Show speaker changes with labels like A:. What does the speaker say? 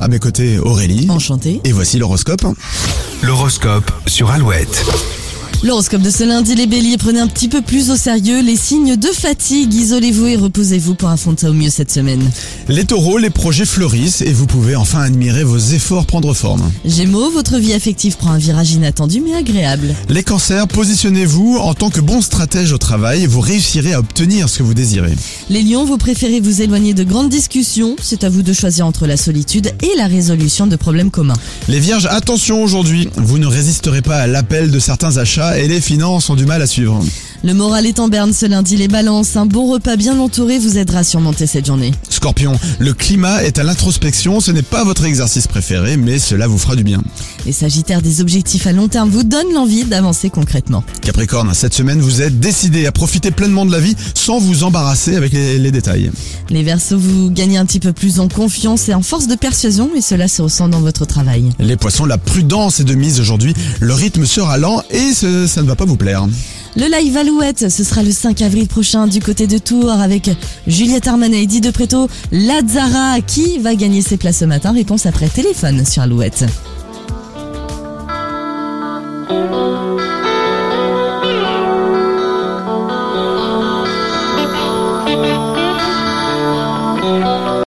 A: À mes côtés, Aurélie.
B: Enchanté.
A: Et voici l'horoscope.
C: L'horoscope sur Alouette.
B: L'horoscope de ce lundi, les béliers, prenez un petit peu plus au sérieux les signes de fatigue. Isolez-vous et reposez-vous pour affronter au mieux cette semaine.
A: Les taureaux, les projets fleurissent et vous pouvez enfin admirer vos efforts prendre forme.
B: Gémeaux, votre vie affective prend un virage inattendu mais agréable.
A: Les cancers, positionnez-vous en tant que bon stratège au travail, vous réussirez à obtenir ce que vous désirez.
B: Les lions, vous préférez vous éloigner de grandes discussions. C'est à vous de choisir entre la solitude et la résolution de problèmes communs.
A: Les vierges, attention aujourd'hui, vous ne résisterez pas à l'appel de certains achats et les finances ont du mal à suivre.
B: Le moral est en berne ce lundi, les balances. Un bon repas bien entouré vous aidera à surmonter cette journée.
A: Scorpion, le climat est à l'introspection, ce n'est pas votre exercice préféré, mais cela vous fera du bien.
B: Les sagittaires, des objectifs à long terme vous donnent l'envie d'avancer concrètement.
A: Capricorne, cette semaine vous êtes décidé à profiter pleinement de la vie sans vous embarrasser avec les, les détails.
B: Les versos, vous gagnez un petit peu plus en confiance et en force de persuasion et cela se ressent dans votre travail.
A: Les poissons, la prudence est de mise aujourd'hui, le rythme sera lent et ce- ça ne va pas vous plaire.
B: Le live Alouette, ce sera le 5 avril prochain du côté de Tours avec Juliette Armanet et Didi de Préto. Lazara, qui va gagner ses places ce matin Réponse après téléphone sur Alouette.
D: Oh.